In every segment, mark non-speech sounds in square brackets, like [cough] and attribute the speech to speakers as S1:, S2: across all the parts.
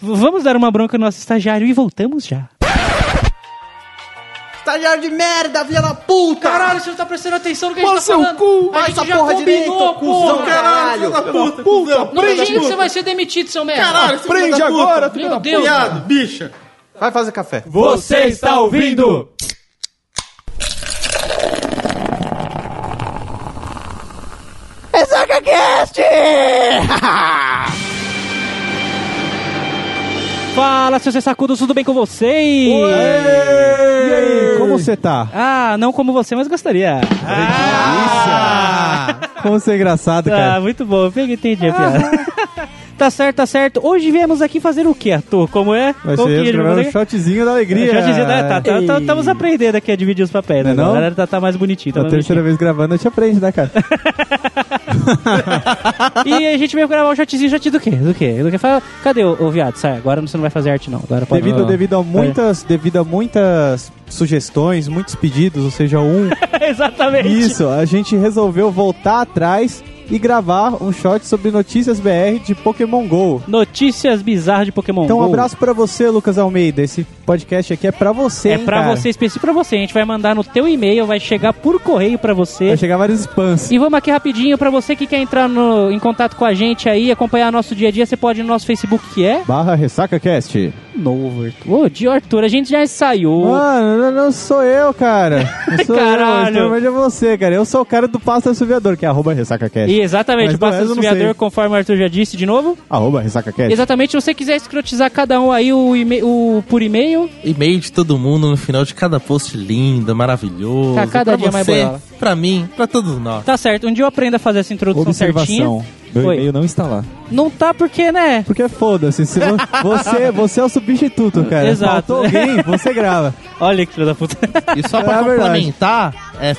S1: Vamos dar uma bronca no nosso estagiário e voltamos já.
S2: Estagiário de merda, filha da puta!
S3: Caralho, você não tá prestando atenção no que a gente
S2: Fala
S3: tá
S2: seu
S3: falando.
S2: cu,
S3: a
S2: vai
S3: gente
S2: essa
S3: já
S2: porra
S3: combinou,
S2: direito, cuzão,
S3: porra.
S2: caralho.
S4: filho da puta, puta,
S3: Não
S4: prende,
S3: imagina que você vai ser demitido, seu merda.
S4: caralho, filho
S2: Prende
S4: da puta.
S2: agora, filho
S3: Meu
S2: da
S3: Deus, cara.
S4: Viado, bicha.
S2: Vai fazer café.
S5: Você está ouvindo?
S1: É [laughs] Fala, seus sacudos, tudo bem com vocês?
S5: E aí,
S6: Como você tá?
S1: Ah, não como você, mas gostaria.
S6: Como você é engraçado,
S1: Ah,
S6: cara.
S1: muito bom, eu peguei, entendi a piada. Tá certo, tá certo. Hoje viemos aqui fazer o quê, Arthur? Como é?
S6: Vai
S1: Como que a
S6: ser
S1: gente
S6: gravar um
S1: fazer?
S6: shotzinho da alegria.
S1: Já dizia, né? Tá, tá, tá,
S6: Ei.
S1: estamos aprendendo aqui a dividir os papéis, né?
S6: Não é não?
S1: A galera tá, tá mais bonitinho. Tá
S6: A
S1: mais
S6: terceira vez gravando, a gente aprende, né, cara?
S1: bonitinho. E a gente veio gravar um shotzinho, shot do quê? Do quê? Do quê? Fala, cadê o, o viado? Sai, agora você não vai fazer arte, não. Agora pode
S6: devido,
S1: não.
S6: devido a muitas, devido a muitas sugestões, muitos pedidos, ou seja, um.
S1: [laughs] Exatamente.
S6: Isso, a gente resolveu voltar atrás e gravar um shot sobre notícias BR de Pokémon GO.
S1: Notícias bizarras de Pokémon
S6: Então, um
S1: Go.
S6: abraço pra você, Lucas Almeida. Esse podcast aqui é pra você,
S1: É
S6: hein,
S1: pra
S6: cara?
S1: você, específico pra você. A gente vai mandar no teu e-mail, vai chegar por correio pra você.
S6: Vai chegar vários spams.
S1: E vamos aqui rapidinho, pra você que quer entrar no- em contato com a gente aí, acompanhar nosso dia a dia, você pode ir no nosso Facebook, que é
S6: Barra Ressaca Cast.
S1: novo, Arthur. Ô, de Arthur, a gente já ensaiou.
S6: Mano, não, não sou eu, cara. Não sou
S1: Caralho.
S6: Eu, normalmente é você, cara. Eu sou o cara do Pasta Assoviador, que é arroba RessacaCast.
S1: E exatamente,
S6: Mas do
S1: passa
S6: resto
S1: o
S6: eu não
S1: desviador,
S6: sei. É.
S1: conforme o Arthur já disse, de novo.
S6: Arroba RessacaCast.
S1: Exatamente, se você quiser escrotizar cada um aí o, e-mail- o- por e-mail,
S7: E-mail de todo mundo no final de cada post lindo, maravilhoso.
S1: Tá cada
S7: pra
S1: dia mais
S7: você,
S1: boiola.
S7: Pra mim, pra todos nós.
S1: tá certo. Um dia eu aprendo a fazer essa introdução certinha.
S6: Observação.
S5: Meu
S1: Oi.
S5: e-mail não está lá.
S1: Não tá porque, né?
S6: Porque é foda-se,
S1: [laughs]
S6: se não- você, você é o substituto, cara.
S1: Exato.
S6: Faltou alguém, você grava.
S1: Olha que filho da [laughs] puta.
S7: E só pra
S6: É verdade.
S7: complementar, é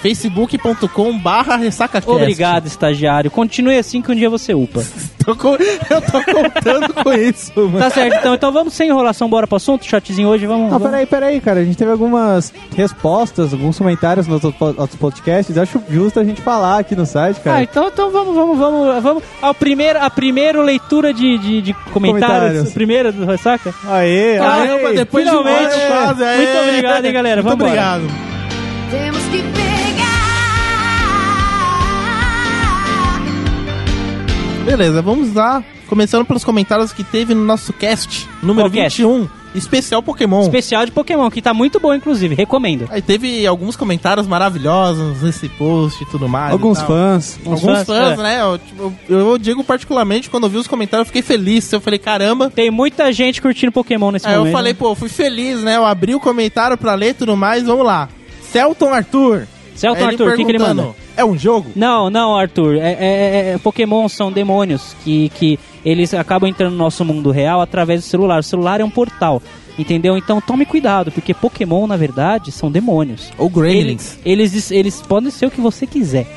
S7: facebook.com barra ressacacast.
S1: Obrigado, estagiário. Continue assim que um dia você upa.
S7: [laughs] Tô co- eu tô contando com É
S6: [laughs]
S7: isso, mano.
S1: Tá certo, então. Então vamos sem enrolação, bora pro assunto. Shotzinho hoje, vamos.
S6: Ah,
S1: vamos.
S6: peraí, peraí, cara. A gente teve algumas respostas, alguns comentários nos outros po- outros podcasts. Acho justo a gente falar aqui no site,
S1: Ah,
S6: cara.
S1: então, então vamos, vamos, vamos, vamos. Ao primeiro, a primeira leitura de, de, de comentários.
S6: Comentários.
S1: a Primeira do Ressaca.
S6: Aê,
S7: Caramba,
S6: aê.
S7: depois
S1: finalmente.
S7: de um ano quase. é.
S1: Muito obrigado, hein, galera.
S7: Muito
S1: Vambora.
S7: obrigado.
S8: Temos que pegar.
S7: Beleza, vamos lá. Começando pelos comentários que teve no nosso cast número
S1: Podcast.
S7: 21, especial Pokémon.
S1: Especial de Pokémon, que tá muito bom, inclusive. Recomendo.
S7: Aí teve alguns comentários maravilhosos nesse post e tudo mais. e
S6: Alguns
S7: tal.
S6: fãs.
S7: Alguns
S1: Alguns
S7: fãs,
S1: fãs,
S7: né? Eu, tipo, eu, eu digo particularmente, quando eu vi os comentários, eu fiquei feliz. Eu falei, caramba.
S1: Tem muita gente curtindo Pokémon nesse
S7: Aí
S1: momento.
S7: É,
S1: né?
S7: eu falei, pô, fui feliz, né? Eu abri o comentário pra ler e tudo mais, vamos lá. Celton Arthur.
S1: Celton
S7: Aí
S1: Arthur, é o que, que ele
S7: perguntando,
S1: manda?
S7: É um jogo?
S1: Não, não, Arthur. É, é- é- é- Pokémon são demônios que, que eles acabam entrando no nosso mundo real através do celular. O celular é um portal, entendeu? Então tome cuidado, porque Pokémon, na verdade, são demônios.
S7: Ou
S1: Eles,
S7: Gremlins.
S1: eles, eles podem ser o que você quiser.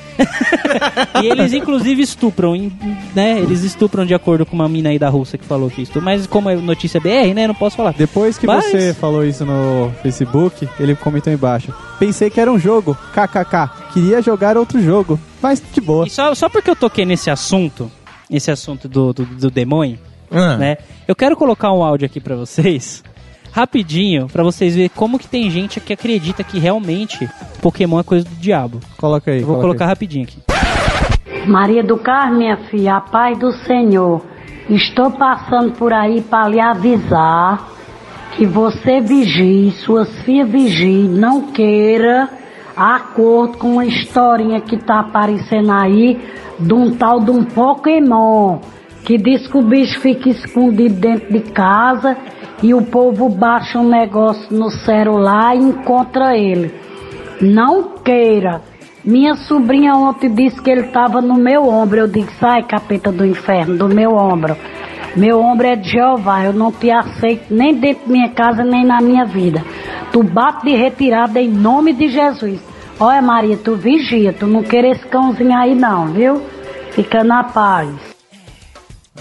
S1: e eles, inclusive, estupram, em- né? Eles estupram de acordo com uma mina aí da Rússia que falou que estupra. Mas como é notícia BR, né? Não posso falar.
S6: Depois que
S1: Mas-
S6: você falou isso no Facebook, ele comentou embaixo. Pensei que era um jogo, kkk. Queria jogar outro jogo, mas de boa.
S1: E só, só porque eu toquei nesse assunto, esse assunto do, do, do demônio, [laughs]
S7: Ah,
S1: né? Eu quero colocar um áudio aqui pra vocês, rapidinho, pra vocês verem como que tem gente que acredita que realmente Pokémon é coisa do diabo.
S6: Coloca aí.
S1: Eu vou
S6: coloca
S1: colocar rapidinho aqui.
S9: Maria do Carmo, minha filha, a paz do Senhor. Estou passando por aí para lhe avisar que você vigie, suas filhas vigie, não queira acordo com uma historinha que tá aparecendo aí de um tal de um Pokémon que diz que o bicho fica escondido dentro de casa e o povo baixa um negócio no celular e encontra ele. Não queira. Minha sobrinha ontem disse que ele estava no meu ombro. Eu disse, sai, capeta do inferno, do meu ombro. Meu ombro é de Jeová, eu não te aceito nem dentro da minha casa, nem na minha vida. Tu bate de retirada em nome de Jesus. Olha, Maria, tu vigia, tu não queira esse cãozinho aí não, viu? Fica na paz.
S6: aí.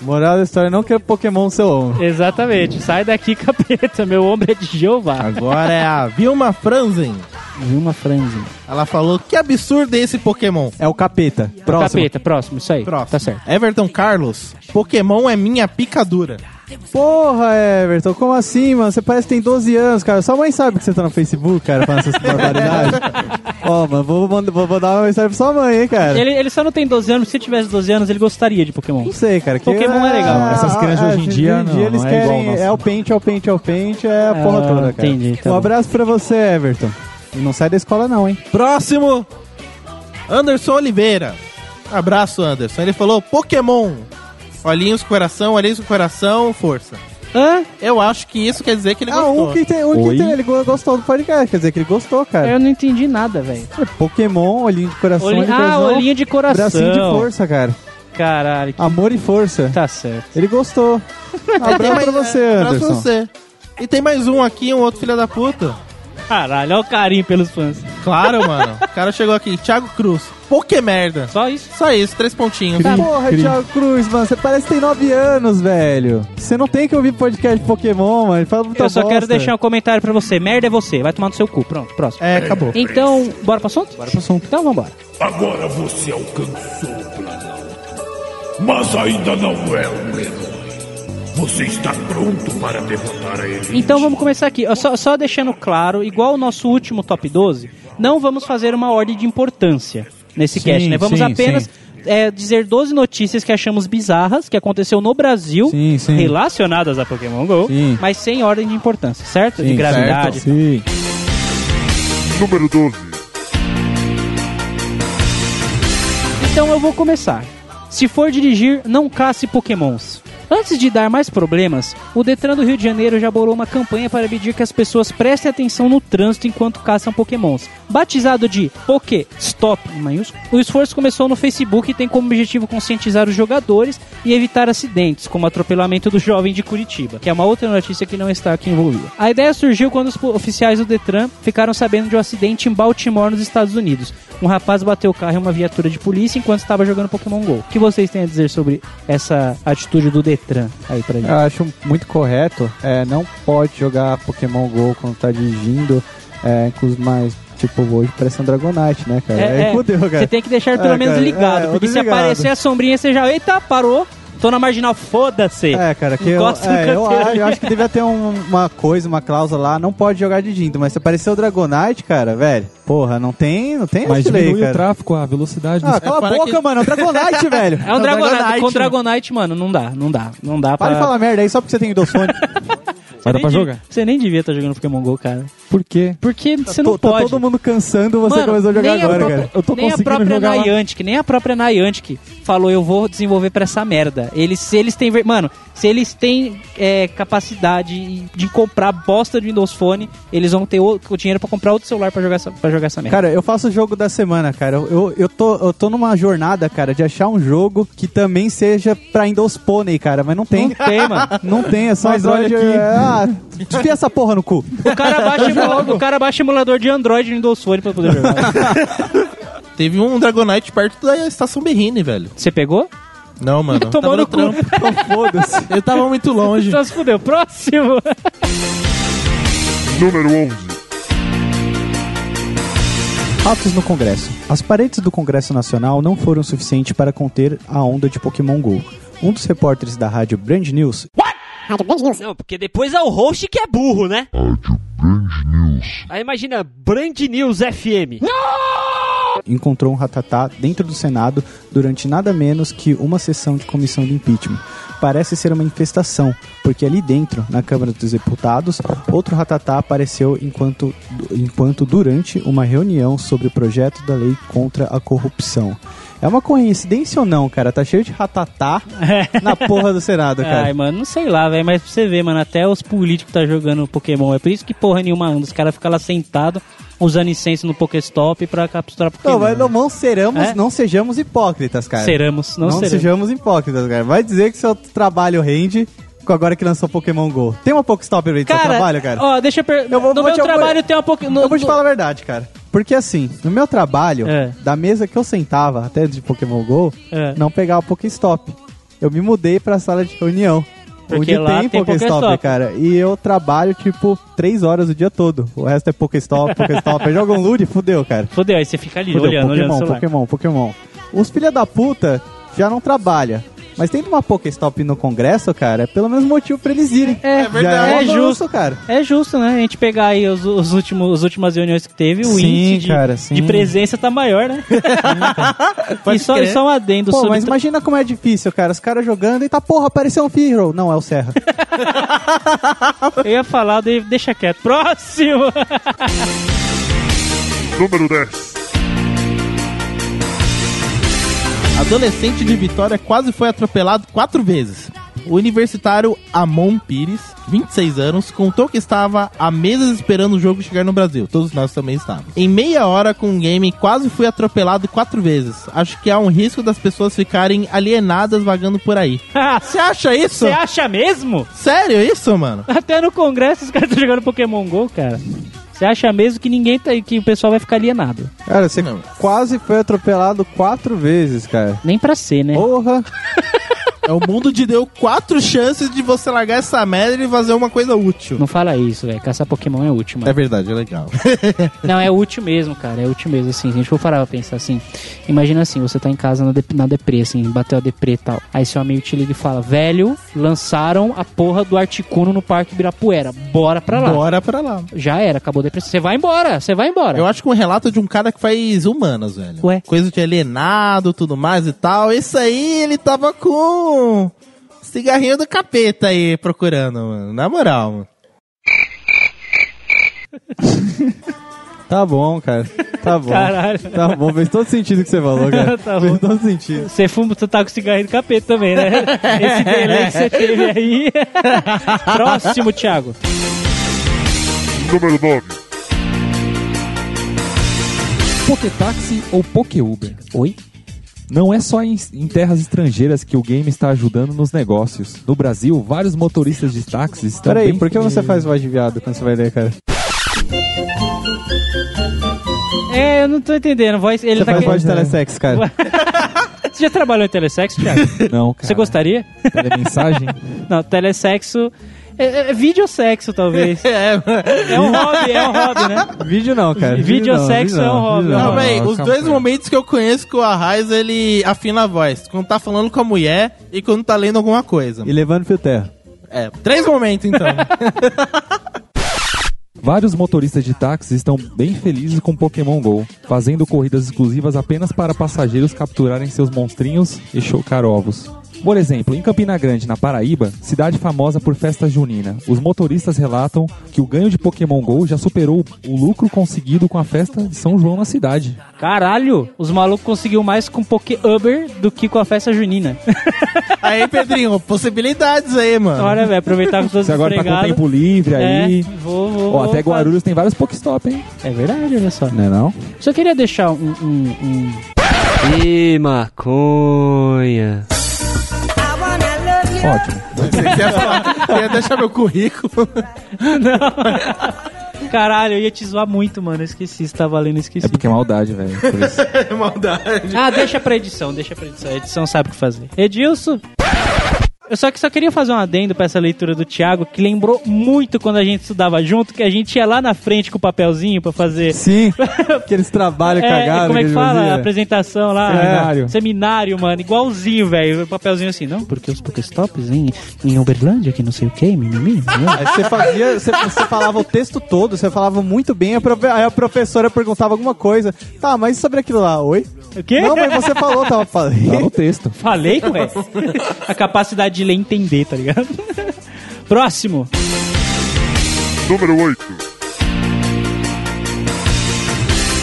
S6: Moral da história, não quer Pokémon no seu ombro.
S1: Exatamente. Sai daqui, [laughs] capeta. Meu ombro é de Jeová.
S7: Agora é a Vilma Franzen.
S1: Vilma Franzen.
S7: Ela falou, que absurdo é esse Pokémon.
S6: É o capeta. Próximo.
S1: Capeta, próximo, isso aí.
S7: Próximo.
S1: Tá certo.
S7: Everton Carlos, Pokémon é minha picadura.
S6: Porra, Everton, como assim, mano? Você parece que tem 12 anos, cara. Sua mãe sabe que você tá no Facebook, cara, falando essas
S1: [laughs]
S6: barbaridades. Ó, mano, vou, mand- vou mandar uma mensagem pra sua mãe, hein, cara.
S1: Ele, ele só não tem 12 anos, se tivesse 12 anos, ele gostaria de Pokémon.
S6: Não sei, cara. que
S1: Pokémon é legal.
S6: essas crianças hoje em dia,
S5: não,
S6: eles
S5: não é igual ao
S6: querem.
S5: nosso.
S6: É o pente, é o pente, é o pente, é a porra
S1: Ah,
S6: toda, cara.
S1: entendi, tá
S6: um
S1: bom.
S6: abraço pra você, Everton. E não sai da escola, não, hein?
S7: Próximo, Anderson Oliveira. Abraço, Anderson. Ele falou Pokémon. Olhinhos, coração, olhinhos, coração, força.
S1: Hã?
S7: Eu acho que isso quer dizer que ele
S6: Ah,
S7: gostou.
S6: um que tem, um que
S5: Oi?
S6: tem, ele go- gostou do podcast, quer dizer que ele gostou, cara.
S1: É. Eu não entendi nada, velho.
S6: Pokémon, olhinho de coração,
S1: Olhi-
S6: de
S1: Ah,
S6: coração,
S1: olhinho de
S6: bracinho de
S1: coração.
S6: força, cara.
S1: Caralho, que
S6: Amor e força.
S1: tá certo.
S6: Ele [laughs] gostou.
S7: Tem
S6: Abraço
S7: mais-
S6: pra você,
S7: é,
S6: Anderson.
S7: Abraço pra você. E tem mais um aqui, um outro filho da puta.
S1: Caralho, olha o carinho pelos fãs.
S7: Claro, mano. O cara chegou aqui, Thiago Cruz. Pô, que merda.
S1: Só isso.
S7: Só isso, três pontinhos.
S6: Porra, Thiago Cruz, mano, você parece que tem 9 anos, velho. Você não tem que ouvir podcast de Pokémon, mano. Ele Fala muita
S1: Eu só
S6: bosta.
S1: quero deixar um comentário pra você. Merda é você, vai tomar no seu cu. Pronto, próximo.
S7: É, acabou.
S1: Então, bora pro assunto? Bora pro assunto. Então, vambora.
S4: Agora você alcançou o Planalto. Mas ainda não é um herói. Você está pronto para derrotar a elite.
S1: Então vamos começar aqui. Ó, Só, só deixando claro, igual o nosso último top 12, não vamos fazer uma ordem de importância nesse
S5: Sim,
S1: cast, né? Vamos
S5: sim,
S1: apenas
S5: sim.
S1: é, dizer 12 notícias que achamos bizarras que aconteceu no Brasil
S6: Sim, sim.
S1: relacionadas a Pokémon GO,
S6: Sim.
S1: mas sem ordem de importância, certo? de
S6: Sim,
S1: gravidade.
S6: certo? Sim.
S4: Número 12.
S1: Então eu vou começar. Se for dirigir, não casse pokémons. Antes de dar mais problemas, o Detran do Rio de Janeiro já bolou uma campanha para pedir que as pessoas prestem atenção no trânsito enquanto caçam pokémons. Batizado de Poké Stop em maiúsculo, o esforço começou no Facebook e tem como objetivo conscientizar os jogadores e evitar acidentes, como o atropelamento do jovem de Curitiba, que é uma outra notícia que não está aqui envolvida. A ideia surgiu quando os po- oficiais do Detran ficaram sabendo de um acidente em Baltimore, nos Estados Unidos. Um rapaz bateu o carro em uma viatura de polícia enquanto estava jogando Pokémon GO. O que vocês têm a dizer sobre essa atitude do Detran aí pra gente?
S6: Eu acho muito correto. É, não pode jogar Pokémon GO quando tá dirigindo. É, com os mais. Tipo, hoje parece um Dragonite, né, cara?
S1: É,
S6: Aí
S1: é.
S6: fudeu, cara.
S1: Você tem que deixar pelo
S6: É,
S1: menos
S6: cara,
S1: ligado,
S6: é, ou
S1: porque se
S6: desligado.
S1: aparecer a sombrinha, você já... Eita, parou! Tô na marginal, foda-se! [laughs]
S6: É, cara, que eu,
S1: Encosta no
S6: é, eu,
S1: canteiro.
S6: acho- eu acho que devia ter um- uma coisa, uma cláusula lá, não pode jogar de Dindo, mas se aparecer o Dragonite, cara, velho, porra, não tem, não tem
S5: Mas
S6: esse lei,
S5: diminui o
S6: cara.
S5: tráfego, a velocidade
S6: Ah,
S5: dos
S6: cala a
S7: para
S6: boca,
S7: que-
S6: mano, é um Dragonite,
S1: [laughs]
S6: velho.
S1: É um Dragonite. Com
S6: mano.
S1: Dragonite, mano, não dá, não dá. Não dá
S6: Para de
S1: pra...
S6: falar merda aí só porque você tem Idolfone.
S5: Mas dá
S1: nem devia-
S5: pra jogar?
S1: Você nem devia estar jogando Pokémon GO, cara.
S5: [laughs] Por quê?
S1: Porque você não
S6: Tô- tá
S1: pode.
S6: todo mundo cansando, você
S1: Mano,
S6: começou a jogar
S1: nem a
S6: agora,
S1: própria-
S6: cara.
S5: Eu tô
S1: nem a
S5: conseguindo
S1: própria
S5: jogar lá.
S1: Niantic, nem a própria Niantic falou eu vou desenvolver pra essa merda. Eles, se eles têm, ver- mano, se eles têm é, capacidade de comprar bosta de Windows Phone, eles vão ter o, o dinheiro pra comprar outro celular pra jogar essa, pra jogar essa merda.
S6: Cara, eu faço o jogo da semana, cara. Eu, eu, eu tô, eu tô numa jornada, cara, de achar um jogo que também seja pra Windows Pony, cara, mas não tem.
S1: não tem, mano.
S6: Não tem, é só
S5: Mas olha
S6: Android.
S5: aqui.
S6: é, Ah, enfia essa porra no cu.
S1: O cara baixa, emula- o cara baixa emulador de Android e Windows Phone pra poder jogar.
S7: Teve um Dragonite perto da estação Berrine, velho.
S1: Você pegou?
S7: Não, mano.
S1: Tomou
S7: Tava
S1: no
S7: no
S1: cu.
S7: trampo.
S6: Foda-se.
S7: Eu tava
S1: [laughs]
S7: muito longe.
S1: Então se fudeu. Próximo.
S4: Número 11.
S6: Atos no Congresso. As paredes do Congresso Nacional não foram suficientes para conter a onda de Pokémon GO. Um dos repórteres da rádio Brand News
S10: Não, porque depois é o host que é burro, né? Rádio Brand News. Aí imagina, Brand News FM.
S6: encontrou um ratatá dentro do Senado durante nada menos que uma sessão de comissão de impeachment. Parece ser uma infestação, porque ali dentro, na Câmara dos Deputados, outro ratatá apareceu enquanto, enquanto durante uma reunião sobre o projeto da lei contra a corrupção. É uma coincidência ou não, cara? Tá cheio
S1: [laughs]
S6: de ratatá na porra do Senado, cara.
S1: Ai, mano, não sei lá, velho, mas pra você ver, mano, até os políticos tá jogando Pokémon. É por isso que porra nenhuma anda. Os caras ficam lá sentados, usando incenso no Pokéstop pra capturar Pokémon.
S6: Não, mas não, não seremos,
S1: É?
S6: não sejamos hipócritas, cara.
S1: Seramos, não,
S6: não
S1: seremos.
S6: sejamos hipócritas, cara. Vai dizer que seu trabalho rende com agora que lançou Pokémon GO. Tem uma Pokestop aí do seu
S1: Cara,
S6: trabalho, cara?
S1: ó, deixa eu per...
S6: Eu vou-
S1: No
S6: vou
S1: meu
S6: te apoiar.
S1: trabalho tem uma Pokémon.
S6: Eu vou te falar a verdade, cara. Porque assim, no meu trabalho,
S1: É.
S6: da mesa que eu sentava, até de Pokémon GO,
S1: É.
S6: não pegava Pokéstop. Eu me mudei pra sala de reunião.
S1: Porque
S6: onde
S1: lá tem Pokéstop.
S6: cara. E eu trabalho, tipo, três horas o dia todo. O resto é Pokéstop,
S1: [laughs]
S6: Pokéstop. Aí joga um Lude, fudeu, cara.
S1: Fodeu, aí você fica ali
S6: Fudeu,
S1: olhando, olhando o
S6: Pokémon,
S1: celular.
S6: Pokémon, Pokémon. Os filha da puta já não trabalha. Mas tendo uma Pokéstop no Congresso, cara, é pelo menos motivo pra eles irem.
S1: É,
S6: Já
S7: verdade.
S6: um
S1: É
S6: avanço,
S1: justo.
S6: cara.
S1: É justo, né? A gente pegar aí os, os últimos, as últimas reuniões que teve, o
S6: Sim,
S1: índice de,
S6: cara, sim.
S1: de presença tá maior,
S6: [laughs]
S1: né? e, só, e só um adendo
S6: Pô,
S1: sobre...
S6: mas imagina como é difícil, cara. Os caras jogando e tá, porra, apareceu um Fearow. Não, é o Serra.
S1: Eu ia falar, de- deixa quieto. Próximo!
S6: [laughs]
S4: Número 10.
S7: Adolescente de Vitória quase foi atropelado quatro vezes. O universitário Amon Pires, 26 anos, contou que estava há meses esperando o jogo chegar no Brasil. Todos nós também estávamos. Em meia hora com o game, quase fui atropelado quatro vezes. Acho que há um risco das pessoas ficarem alienadas vagando por aí. Você acha isso?
S1: Você acha mesmo?
S7: Sério isso, mano?
S1: Até no congresso os caras estão jogando Pokémon GO, cara. Você acha mesmo que ninguém tá, que o pessoal vai ficar alienado?
S6: [laughs] Cara, você
S7: Não.
S6: quase foi atropelado quatro vezes, cara.
S1: Nem pra ser, né?
S6: Porra!
S7: É o mundo te deu quatro chances de você largar essa merda e fazer uma coisa útil.
S1: Não fala isso, velho. Caçar Pokémon é útil, mano.
S7: É verdade, é legal.
S1: Não, é útil mesmo, cara. É útil mesmo, assim. Se a gente for parar pra pensar assim, imagina assim, você tá em casa na, dep na deprê, assim, bateu a deprê e tal. Aí seu amigo te liga e fala, velho, lançaram a porra do Articuno no Parque Ibirapuera. Bora pra lá.
S7: Bora pra lá.
S1: Já era, acabou a depressão. Você vai embora, você vai embora.
S7: Eu acho que um relato de um cara que faz humanas, velho.
S1: Ué?
S7: Coisa de alienado, tudo mais e tal. Esse aí, ele tava com cigarrinho do capeta aí procurando, mano. Na moral, mano.
S6: Tá bom, cara.
S1: [laughs]
S6: Tá bom.
S1: Caralho.
S6: Tá bom, fez todo sentido o que você falou,
S1: [laughs]
S6: cara.
S1: Tá
S6: fez
S1: bom.
S6: todo sentido.
S1: Você fuma, tu tá com cigarrinho do capeta também, né? Esse delay que você teve aí. Próximo, Thiago.
S4: Número 9.
S5: Pokétaxi ou Pokéuber?
S1: Oi?
S5: Não é só em, em terras estrangeiras que o game está ajudando nos negócios. No Brasil, vários motoristas de táxis
S1: Tá
S5: estão
S6: Peraí,
S5: bem-
S6: por que você faz voz de viado quando você vai ler, cara?
S1: É, eu não tô entendendo. Voz, ele
S6: Você
S1: tá
S6: faz voz de
S1: querendo-
S6: telesex, cara.
S1: Você já trabalhou em telesexo, Thiago?
S5: Não, cara.
S1: Você gostaria?
S5: Pela mensagem?
S1: Não, telesexo. É, é videossexo, talvez.
S7: [laughs] É,
S1: É um hobby, é um hobby, né?
S6: Vídeo não, cara.
S1: Vídeo
S6: não,
S1: sexo
S6: vídeo
S1: é um hobby,
S6: vídeo
S1: é um
S7: Não,
S1: Não,
S7: véi,
S5: não,
S7: os
S5: calma,
S7: dois
S5: cara.
S7: momentos que eu conheço que o Arraiz, ele afina a voz. Quando tá falando com a mulher e quando tá lendo alguma coisa.
S6: E levando fio terra.
S7: É, três momentos, então.
S5: Vários motoristas de táxis estão bem felizes com Pokémon GO, fazendo corridas exclusivas apenas para passageiros capturarem seus monstrinhos e chocar ovos. Por exemplo, em Campina Grande, na Paraíba, cidade famosa por festa junina, os motoristas relatam que o ganho de Pokémon GO já superou o lucro conseguido com a festa de São João na cidade.
S1: Caralho, os malucos conseguiu mais com Poké Uber do que com a festa
S5: [laughs]
S1: junina.
S7: [laughs] aí, Pedrinho, possibilidades aí, mano.
S1: Olha, velho, aproveitar que todos É,
S5: Você agora tá com tempo livre aí.
S1: vou, vou,
S5: Ó,
S1: vou
S5: até
S1: fazer.
S5: Guarulhos tem vários Pokéstop, hein?
S1: É verdade, olha só.
S5: Não é não?
S1: Só queria deixar um- um- um
S10: Ih, maconha.
S5: Ótimo.
S7: Eu ia deixar meu currículo.
S1: Caralho, eu ia te zoar muito, mano. Eu esqueci, você tá valendo, eu esqueci.
S5: É porque é maldade, velho. Por isso.
S1: Ah, deixa pra edição, deixa pra edição. A edição sabe o que fazer. Edilson! Eu só que só queria fazer um adendo pra essa leitura do Thiago, que lembrou muito quando a gente estudava junto, que a gente ia lá na frente com o papelzinho pra fazer.
S6: [laughs] Sim, aqueles trabalhos
S1: É,
S6: cagados.
S1: como é que
S6: eles
S1: fala?
S6: faziam.
S1: Apresentação lá.
S6: Seminário.
S1: Seminário, mano. Igualzinho, velho. Papelzinho assim, não? Porque os Pokéstops em, em Uberlândia, que não sei o que, mimimi. né?
S6: Aí você fazia, você, você falava o texto todo, você falava muito bem, a profe- aí a professora perguntava alguma coisa. Tá, mas e sobre aquilo lá, oi?
S1: O quê?
S6: Não, mas você falou, tava falando.
S5: Tá no texto.
S1: Falei, ué. [laughs] A capacidade de ler e entender, tá ligado? [laughs] Próximo.
S4: Número 8.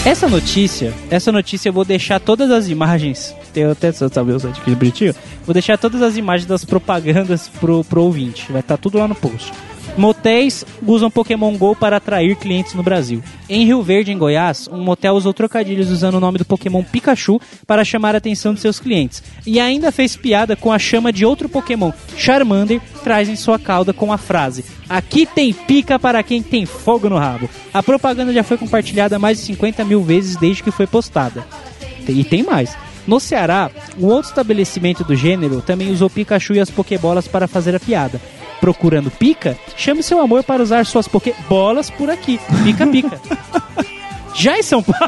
S1: Essa notícia, essa notícia eu vou deixar todas as imagens. Eu até só saber o site aqui bonitinho. Vou deixar todas as imagens das propagandas pro, pro ouvinte. Vai estar tudo lá no post. Motéis usam Pokémon GO para atrair clientes no Brasil. Em Rio Verde, em Goiás, um motel usou trocadilhos usando o nome do Pokémon Pikachu para chamar a atenção de seus clientes. E ainda fez piada com a chama de outro Pokémon, Charmander, traz em sua cauda com a frase: Aqui tem pica para quem tem fogo no rabo. A propaganda já foi compartilhada mais de 50 mil vezes desde que foi postada. E tem mais. No Ceará, um outro estabelecimento do gênero também usou Pikachu e as Pokébolas para fazer a piada. Procurando pica? Chame seu amor para usar suas Pokébolas por aqui. Pica, pica. Já em São Paulo,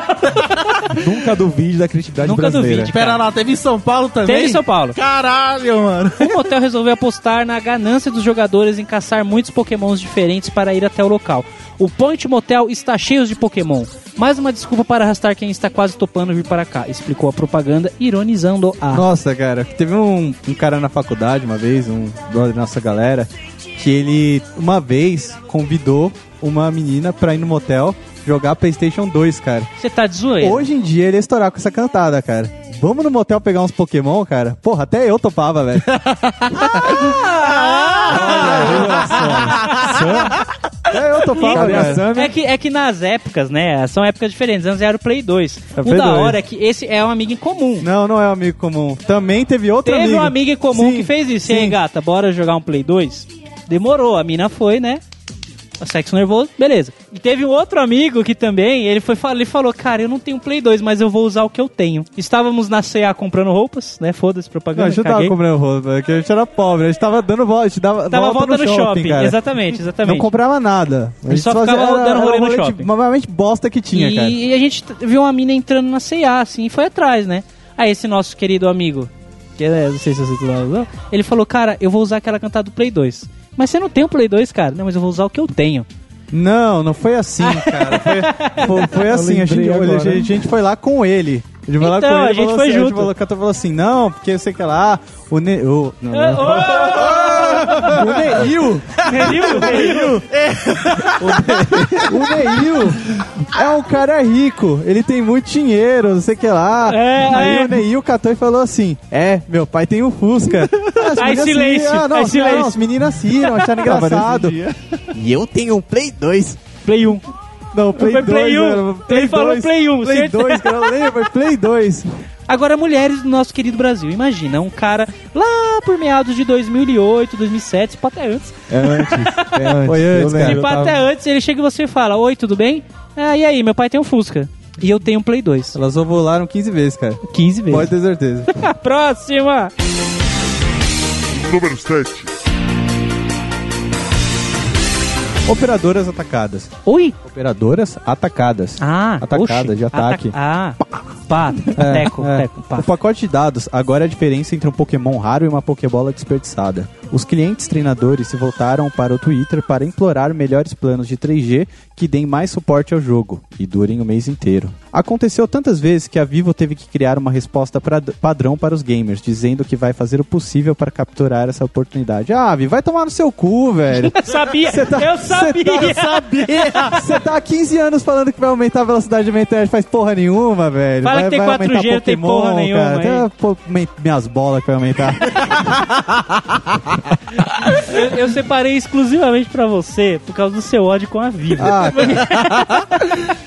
S5: Nunca duvide da criatividade
S1: Nunca
S5: brasileira.
S1: duvide.
S7: Pera lá, teve em São Paulo também?
S1: teve em São Paulo.
S7: Caralho, mano.
S1: O motel resolveu apostar na ganância dos jogadores em caçar muitos pokémons diferentes para ir até o local. O Point Motel está cheio de pokémon. Mais uma desculpa para arrastar quem está quase topando vir para cá, explicou a propaganda, ironizando a...
S6: Nossa, cara, teve um, um cara na faculdade uma vez, um brother da nossa galera, que ele uma vez convidou uma menina pra ir no motel jogar Playstation 2, cara.
S1: Você tá de zoeira.
S6: Hoje em dia ele ia estourar com essa cantada, cara. Vamos no motel pegar uns Pokémon, cara? Porra, até eu topava, velho.
S1: Ah!
S6: até eu topava,
S5: Cadê a
S6: velho.
S5: Sammy?
S1: É que, é que nas épocas, né? São épocas diferentes. Anos era o Play 2.
S6: É
S1: o
S6: Play
S1: da
S6: 2.
S1: hora é que esse é um amigo em comum.
S6: Não, não é um amigo comum. Também teve outro
S1: Teve
S6: amigo.
S1: um amigo em comum
S6: Sim,
S1: que fez isso. E aí,
S6: Sim.
S1: gata, bora jogar um Play 2? Demorou, a mina foi, né? O Sexo nervoso, beleza. E teve um outro amigo que também, ele foi fal- ele falou, cara, eu não tenho Play 2, mas eu vou usar o que eu tenho. Estávamos na CA comprando roupas, né? Foda-se,
S6: Não, a
S1: propaganda,
S6: gente não tava
S1: caguei.
S6: comprando roupa, porque a gente era pobre, a gente tava dando volta, a gente dava
S1: Tava
S6: volta no, shopping, cara.
S1: exatamente, exatamente.
S6: Não comprava nada.
S1: A gente só ficava dando rolê no
S6: de-
S1: shopping.
S6: Normalmente bosta que tinha,
S1: e,
S6: cara.
S1: e a gente t- viu uma mina entrando na CA, assim, e foi atrás, né? Aí esse nosso querido amigo, que é, não sei se você lá, ele falou, cara, eu vou usar aquela cantada do Play 2. Mas você não tem o Play 2, cara? Não, mas eu vou usar o que eu tenho.
S6: Não, não foi
S5: [laughs]
S6: assim, cara. Foi, foi- foi assim. A gente,
S5: lembrei
S6: a,
S5: agora.
S6: gente, a gente foi lá com ele. A gente foi lá
S1: Então,
S6: com ele,
S1: a gente
S6: falou
S1: foi
S6: assim, A
S1: junto.
S6: gente falou, o cara falou assim, não, porque eu sei que lá, o... Ne
S1: [laughs]
S6: o não, não. O Neil, o Neil é um cara rico, ele tem muito dinheiro, não sei o que lá.
S1: É,
S6: Aí
S1: é.
S6: o Neil catou e falou assim: É, meu pai tem um Fusca.
S1: [laughs]
S6: As
S1: Aí
S6: meninas
S1: silêncio,
S6: riram, ah, não,
S1: aí
S6: as- não,
S1: silêncio.
S6: as meninas riram,
S1: [laughs]
S6: acharam engraçado. E eu tenho um Play 2.
S1: Play 1.
S6: Não, Play
S1: Foi
S6: 2.
S1: Play um.
S6: era
S1: Ele falou Play um,
S6: Play
S1: certeza.
S6: 2, cara, eu lembro, foi
S1: [laughs]
S6: Play 2.
S1: Agora, mulheres do nosso querido Brasil. Imagina, um cara lá por meados de 2008, 2007, se pá até antes.
S5: É antes. É antes.
S6: Foi antes,
S5: eu
S6: cara.
S1: Se
S5: lembro.
S1: pá até antes, ele chega e você fala, oi, tudo bem? Ah, e aí, meu pai tem um Fusca. E eu tenho um Play 2.
S6: Elas ovularam 15 vezes, cara.
S1: 15 vezes. [laughs]
S6: Pode ter certeza.
S1: Próxima!
S4: Número 7.
S6: Operadoras atacadas.
S1: Oi!
S6: Operadoras atacadas.
S1: Ah,
S6: Atacada,
S1: oxe.
S6: de ataque.
S1: Ataca- Ah, pá, teco,
S6: É.
S1: teco, pá.
S6: O pacote de dados agora é a diferença entre um Pokémon raro e uma Pokébola desperdiçada. Os clientes treinadores se voltaram para o Twitter para implorar melhores planos de 3G que deem mais suporte ao jogo e durem o mês inteiro. Aconteceu tantas vezes que a Vivo teve que criar uma resposta pra- padrão para os gamers, dizendo que vai fazer o possível para capturar essa oportunidade. Ah, Vivo, vai tomar no seu cu, velho.
S1: Sabia,
S6: Cê tá-
S1: eu
S6: cê tá-
S1: sabia!
S6: eu Você tá há 15 anos falando que vai aumentar a velocidade da minha internet, faz porra nenhuma, velho.
S1: Fala
S6: vai,
S1: que tem
S6: vai
S1: 4G,
S6: aumentar
S1: não tem porra
S6: Pokémon,
S1: nenhuma,
S6: Cara. Até
S1: hein?
S6: a po- mi- minhas bolas que
S1: [laughs]
S6: vai aumentar.
S1: Eu, eu separei exclusivamente pra você por causa do seu ódio com a vida.
S6: Ah,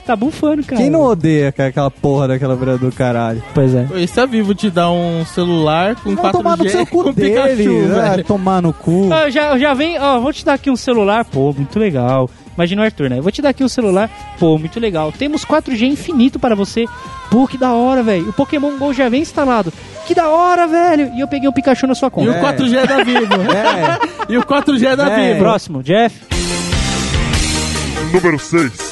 S1: Tá bufando, cara.
S6: quem não odeia cara, aquela porra daquela beira do caralho?
S1: Pois é.
S7: Esse é vivo te dá um celular com
S6: Vão
S7: 4G
S6: tomar no
S7: [laughs]
S6: seu
S7: com
S6: cu dele,
S7: Pikachu,
S6: ah,
S7: é velho.
S6: tomar no cu.
S1: Ó, eu já, eu já vem, ó, vou te dar aqui um celular, pô, muito legal. Imagina o Arthur, né? Vou te dar aqui um celular, pô, muito legal. Temos 4G infinito para você. Pô, que da hora, velho. O Pokémon GO já vem instalado. Que da hora, velho. E eu peguei o Pikachu na sua
S7: E
S1: conta.
S7: o 4G é da Vivo.
S6: [laughs] É,
S7: E o 4G é da
S6: É.
S7: Vivo.
S1: Próximo, Jeff.
S4: Número 6.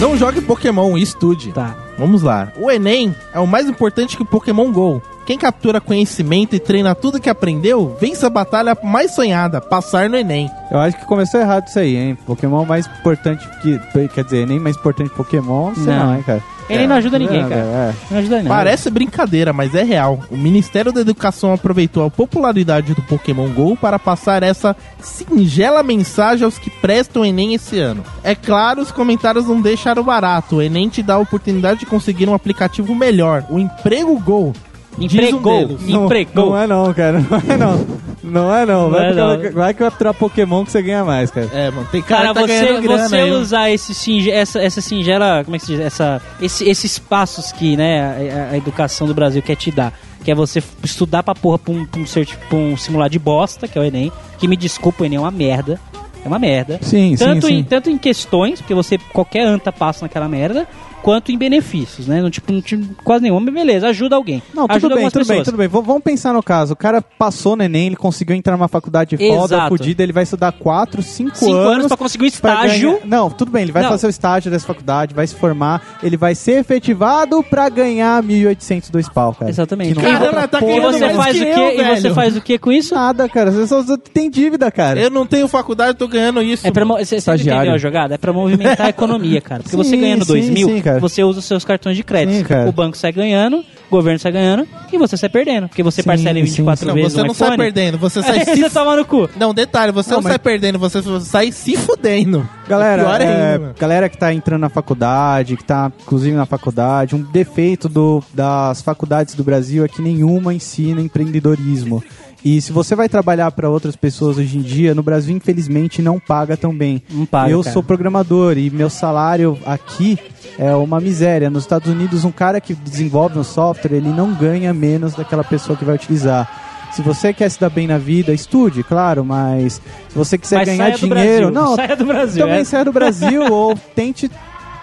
S7: Não jogue Pokémon, estude.
S1: Tá.
S7: Vamos lá. O Enem é o mais importante que o Pokémon GO. Quem captura conhecimento e treina tudo que aprendeu, vence a batalha mais sonhada, passar no Enem.
S6: eu acho que começou errado isso aí, hein? Pokémon mais importante que. Quer dizer, nem mais importante que Pokémon, não sei
S1: Não.
S6: não, hein, cara.
S1: Ele não ajuda ninguém,
S6: É,
S1: cara.
S6: é.
S1: Não ajuda ninguém.
S7: Parece brincadeira, mas é real. O Ministério da Educação aproveitou a popularidade do Pokémon GO para passar essa singela mensagem aos que prestam o Enem esse ano. É claro, os comentários não deixaram barato. O Enem te dá a oportunidade de conseguir um aplicativo melhor, o Emprego GO. Diz um
S1: Empregou.
S7: deles.
S1: [laughs]
S6: Não-
S1: Empregou.
S6: Não é não, cara. Não é não. Não é não. Vai,
S1: Não é
S6: ficar-
S1: não.
S6: vai capturar Pokémon que você ganha mais, cara.
S7: É, mano, tem cara,
S1: Cara,
S7: que tá
S1: você,
S7: ganhando grana
S1: você
S7: aí.
S6: né?
S1: usar esse singe- essa, essa singela. Como é que se diz? Essa, esse, esses passos que né, a- a, a educação do Brasil quer te dar. Que é você f- estudar pra porra pra um, pra um, certi- pra um simular de bosta, que é o Enem. Que me desculpa, o Enem é uma merda. É uma merda.
S6: Sim,
S1: tanto, em, tanto em questões, porque você qualquer anta passa naquela merda, enquanto em benefícios, né? Não, tipo, não tinha quase nenhum. Mas beleza, ajuda alguém.
S6: Não, tudo
S1: ajuda
S6: bem,
S1: algumas
S6: tudo bem,
S1: pessoas.
S6: tudo bem. V- vamos pensar no caso. O cara passou no Enem, ele conseguiu entrar numa faculdade foda,
S1: Exato.
S6: fodida, ele vai estudar 4, 5
S1: Cinco
S6: anos.
S1: anos pra conseguir um
S6: pra
S1: estágio.
S6: ganhar- Não, tudo bem, ele vai
S1: Não.
S6: fazer o estágio dessa faculdade, vai se formar, ele vai ser efetivado pra ganhar 1.802 pau, cara.
S1: Exatamente.
S6: Que não
S7: Caramba,
S6: vale
S7: tá
S6: porra
S1: E
S7: ganhando
S1: você
S7: mais
S1: faz
S7: que
S1: o
S7: eu,
S1: quê? E você
S7: velho.
S1: faz o quê com isso?
S6: nada, cara. Você só só tem dívida, cara.
S7: Eu não tenho faculdade, tô ganhando isso.
S1: É pra, mo- você você
S5: Estagiário.
S1: entendeu a jogada? É pra movimentar a economia, cara. Porque você
S6: [laughs] Sim,
S1: ganhando
S6: sim,
S1: 2 mil,
S6: sim, cara.
S1: você usa os seus cartões de crédito.
S6: Sim, cara.
S1: o banco sai ganhando, o governo sai ganhando e você sai perdendo. Porque você
S6: Sim,
S1: parcela em
S6: sim,
S1: 24
S7: Não,
S1: vezes
S7: você
S1: um
S7: não
S1: iPhone.
S7: sai
S1: [laughs]
S7: perdendo, você sai
S1: Aí
S7: se...
S1: você toma no cu.
S7: Não, detalhe, você não, sai perdendo, você sai se fudendo.
S6: Galera,
S7: É pior
S6: é,
S7: ainda, mano.
S6: galera que tá entrando na faculdade, que tá inclusive na faculdade, um defeito do- das faculdades do Brasil é que nenhuma ensina empreendedorismo. E se você vai trabalhar para outras pessoas hoje em dia, no Brasil infelizmente não paga tão bem.
S1: Não paga,
S6: Eu
S1: cara.
S6: sou programador e meu salário aqui é uma miséria. Nos Estados Unidos, um cara que desenvolve um software, ele não ganha menos daquela pessoa que vai utilizar. Se você quer se dar bem na vida, estude, claro, mas se você quiser
S1: Mas
S6: ganhar
S1: saia do Brasil.
S6: dinheiro, não, tá
S1: saia do Brasil.
S6: também
S1: é.
S6: saia Então,
S1: [laughs]
S6: do Brasil ou tente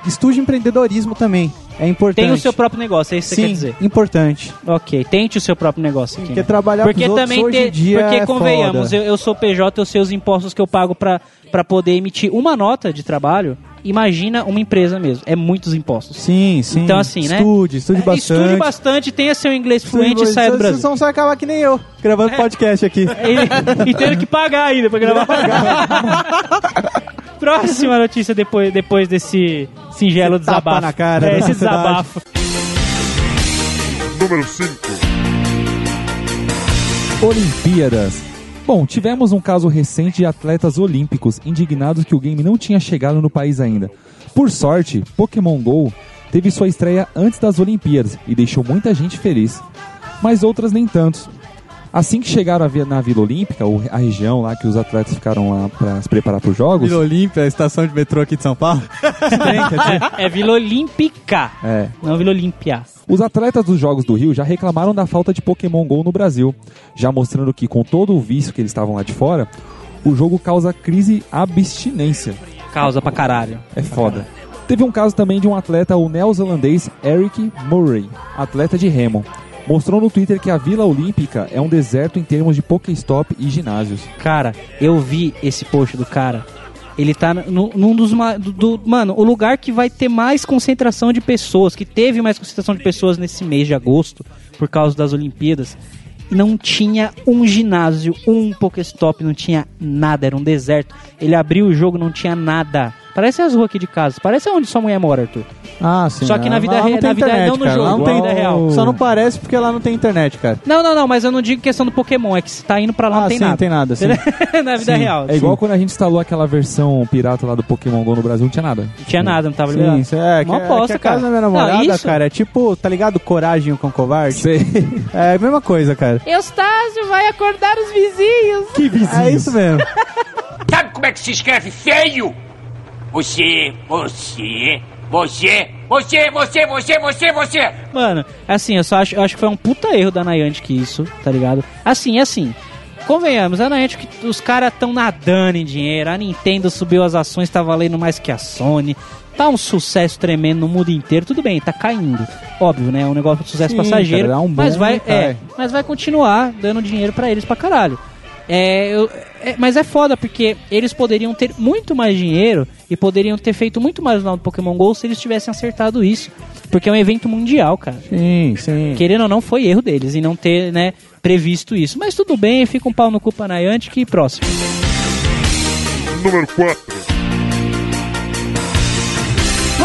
S6: estude empreendedorismo também. É importante.
S1: Tem o seu próprio negócio, é isso que você
S6: Sim,
S1: quer dizer.
S6: importante.
S1: Ok, tente o seu próprio negócio aqui.
S6: Porque
S1: né?
S6: trabalhar
S1: Porque
S6: pros outros
S1: também
S6: hoje
S1: tem-
S6: em dia
S1: Porque,
S6: é
S1: convenhamos,
S6: foda.
S1: eu, eu sou PJ, eu sei os impostos que eu pago pra, pra poder emitir uma nota de trabalho. Imagina uma empresa mesmo. É muitos impostos.
S6: Sim, sim.
S1: Então, assim, né?
S6: Estude, estude
S1: É, Estude
S6: bastante.
S1: bastante, tenha seu inglês
S6: Estude
S1: fluente e saia do
S6: bastante.
S1: Brasil. É.
S6: Vocês vão só acabar que nem eu, gravando podcast aqui.
S1: [laughs] E, e tendo que pagar ainda pra
S6: [laughs]
S1: gravar. Próxima notícia depois, depois desse singelo
S6: Esse tapa
S1: desabafo.
S6: na cara
S1: é,
S6: da
S1: esse
S6: sociedade. [laughs]
S1: desabafo.
S4: Número 5.
S5: Olimpíadas. Bom, tivemos um caso recente de atletas olímpicos indignados que o game não tinha chegado no país ainda. Por sorte, Pokémon GO teve sua estreia antes das Olimpíadas e deixou muita gente feliz, mas outras nem tantos. Assim que chegaram à vi- na Vila Olímpica, ou a região lá que os atletas ficaram lá para se preparar para os Jogos,
S6: Olímpia, estação de metrô aqui de São Paulo.
S1: É Vila Olímpica,
S5: é,
S1: não Vila Olímpia.
S5: Os atletas dos Jogos do Rio já reclamaram da falta de Pokémon GO no Brasil, já mostrando que, com todo o vício que eles estavam lá de fora, o jogo causa crise abstinência.
S1: Causa pra caralho.
S5: É foda. Teve um caso também de um atleta, o neozelandês Eric Murray, atleta de remo. Mostrou no Twitter que a Vila Olímpica é um deserto em termos de Pokéstop e ginásios.
S1: Cara, eu vi esse post do cara. Ele tá no- num dos. ma- Do, do- mano, o lugar que vai ter mais concentração de pessoas, que teve mais concentração de pessoas nesse mês de agosto, por causa das Olimpíadas, não tinha um ginásio, um Pokéstop, não tinha nada, era um deserto. Ele abriu o jogo, não tinha nada. Parece as ruas aqui de casa, parece onde sua mulher mora, Arthur.
S6: Ah, sim.
S1: Só que na
S6: Lá
S1: vida
S6: não
S1: re-
S6: tem
S1: na vida-
S6: internet,
S1: não no
S6: cara. Lá
S1: jogo, na
S6: não tem-
S1: vida real.
S6: Só não parece porque lá não tem internet, cara.
S1: Não, não, não, mas eu não digo questão do Pokémon, é que se tá indo pra lá
S6: ah,
S1: não tem
S6: sim,
S1: nada.
S6: tem nada, sim.
S1: [laughs] na vida
S6: Sim,
S1: real.
S5: É igual quando a gente instalou aquela versão pirata lá do Pokémon GO no Brasil, não tinha nada.
S1: Não tinha nada, não tava
S6: Sim,
S1: liberado.
S6: isso é, que,
S1: Uma
S6: é que
S1: aposta,
S6: a casa da minha
S1: cara.
S6: namorada,
S1: Não, isso-
S6: cara, é tipo, tá ligado? Coragem com covarde.
S5: Sei.
S6: É a mesma coisa, cara.
S3: Eustácio vai acordar os vizinhos.
S5: [laughs] Que vizinho.
S6: É isso mesmo.
S4: Sabe como é que se escreve feio? Você, você, você, você, você, você, você, você.
S1: Mano, assim, eu só acho, eu acho que foi um puta erro da Niantic isso, tá ligado? Assim, assim. Convenhamos, a Niantic, os caras tão nadando em dinheiro, a Nintendo subiu as ações, tá valendo mais que a Sony. Tá um sucesso tremendo no mundo inteiro, tudo bem, tá caindo. Óbvio, né? É um negócio de sucesso
S6: Sim,
S1: passageiro.
S6: cara, dá um boom
S1: mas vai,
S6: e cai.
S1: é, mas vai continuar dando dinheiro pra eles pra caralho. É, eu- é, mas é foda, porque eles poderiam ter muito mais dinheiro e poderiam ter feito muito mais no Pokémon GO se eles tivessem acertado isso. Porque é um evento mundial, cara.
S6: Sim, sim.
S1: Querendo ou não, foi erro deles em não ter, né, previsto isso. Mas tudo bem, fica um pau no cu pra Niantic e próximo.
S4: Número 4.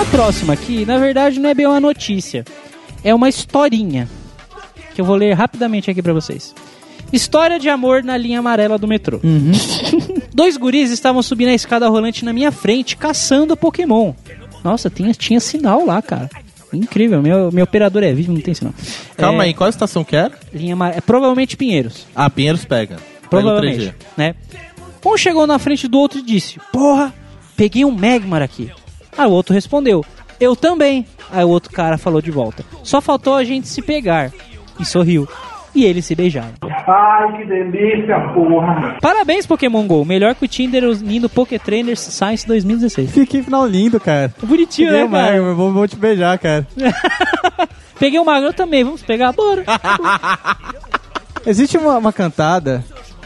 S1: A próxima aqui, na verdade, não é bem uma notícia. É uma historinha. Que eu vou ler rapidamente aqui pra vocês. História de amor na linha amarela do metrô. [laughs] Dois guris estavam subindo a escada rolante na minha frente, caçando Pokémon. Nossa, tinha, tinha sinal lá, cara. Incrível, meu, meu operador é vivo, não tem sinal.
S7: Calma
S1: É,
S7: aí, qual estação que era?
S1: Linha amarela, é provavelmente Pinheiros.
S7: Ah, Pinheiros pega. Pega o 3G.
S1: Provavelmente, né? Um chegou na frente do outro e disse: Porra, peguei um Magmar aqui. Aí o outro respondeu: Eu também. Aí o outro cara falou de volta: Só faltou a gente se pegar. E sorriu. E eles se beijaram.
S11: Ai, que delícia, porra.
S1: Parabéns, Pokémon GO. Melhor que o Tinder unindo Poké Trainers Science 2016.
S6: Fiquei final lindo, cara.
S1: Bonitinho,
S6: Peguei
S1: né,
S6: o
S1: cara?
S6: Magro, vou, vou te beijar, cara.
S1: [laughs] Peguei o Magro também, vamos pegar? Bora.
S6: Existe uma, uma cantada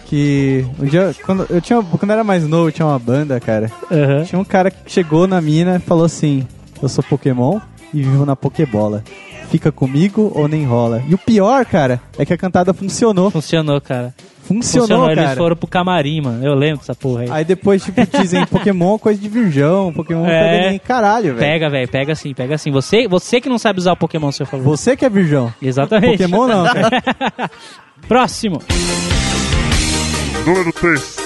S6: que um dia, quando eu, tinha, quando eu era mais novo, eu tinha uma banda, cara.
S1: Aham.
S6: Tinha um cara que chegou na mina e falou assim: Eu sou Pokémon e vivo na Pokébola. Fica comigo ou nem rola. E o pior, cara, é que a cantada funcionou.
S1: Funcionou, cara.
S6: Funcionou, cara.
S1: Eles foram pro camarim, mano. Eu lembro dessa porra aí.
S6: Aí depois, tipo, dizem Pokémon é coisa de virgão,
S1: [laughs]
S6: Pokémon
S1: É.
S6: é. pega ninguém. Caralho, velho.
S1: Pega, velho, pega sim, pega sim. Você, você que não sabe usar o Pokémon, seu favor.
S6: Você que é virgão.
S1: Exatamente.
S6: Pokémon
S1: [laughs]
S6: não, cara.
S1: Próximo.
S4: Número 3.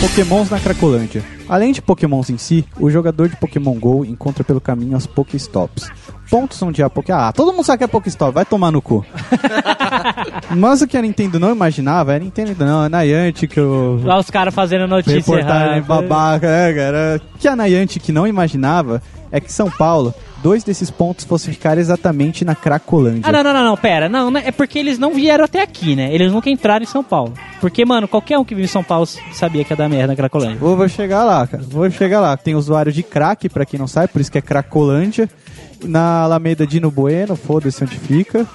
S6: Pokémons na Cracolândia. Além de Pokémons em si, o jogador de Pokémon GO encontra pelo caminho as Pokéstops. Pontos onde há Poké... Ah, todo mundo sabe que é Pokéstop, vai tomar
S1: [laughs]
S6: no cu. Mas o que a Nintendo não imaginava, é a Nintendo não, é na Niantic, o...
S1: Lá os caras fazendo a notícia
S6: Reportagem
S1: errada.
S6: babaca, né, cara? O Que a Niantic não imaginava é que São Paulo, dois desses pontos fossem ficar exatamente na Cracolândia.
S1: Ah, não, não, não, não, pera. Não, né, é porque eles não vieram até aqui, né? Eles nunca entraram em São Paulo. Porque, mano, qualquer um que vive em São Paulo sabia que ia dar merda na Cracolândia.
S6: Vou, vou chegar lá, cara. Vou chegar lá. Tem usuário de crack, pra quem não sabe, por isso que é Cracolândia. Na Alameda Dino Bueno, foda-se onde fica.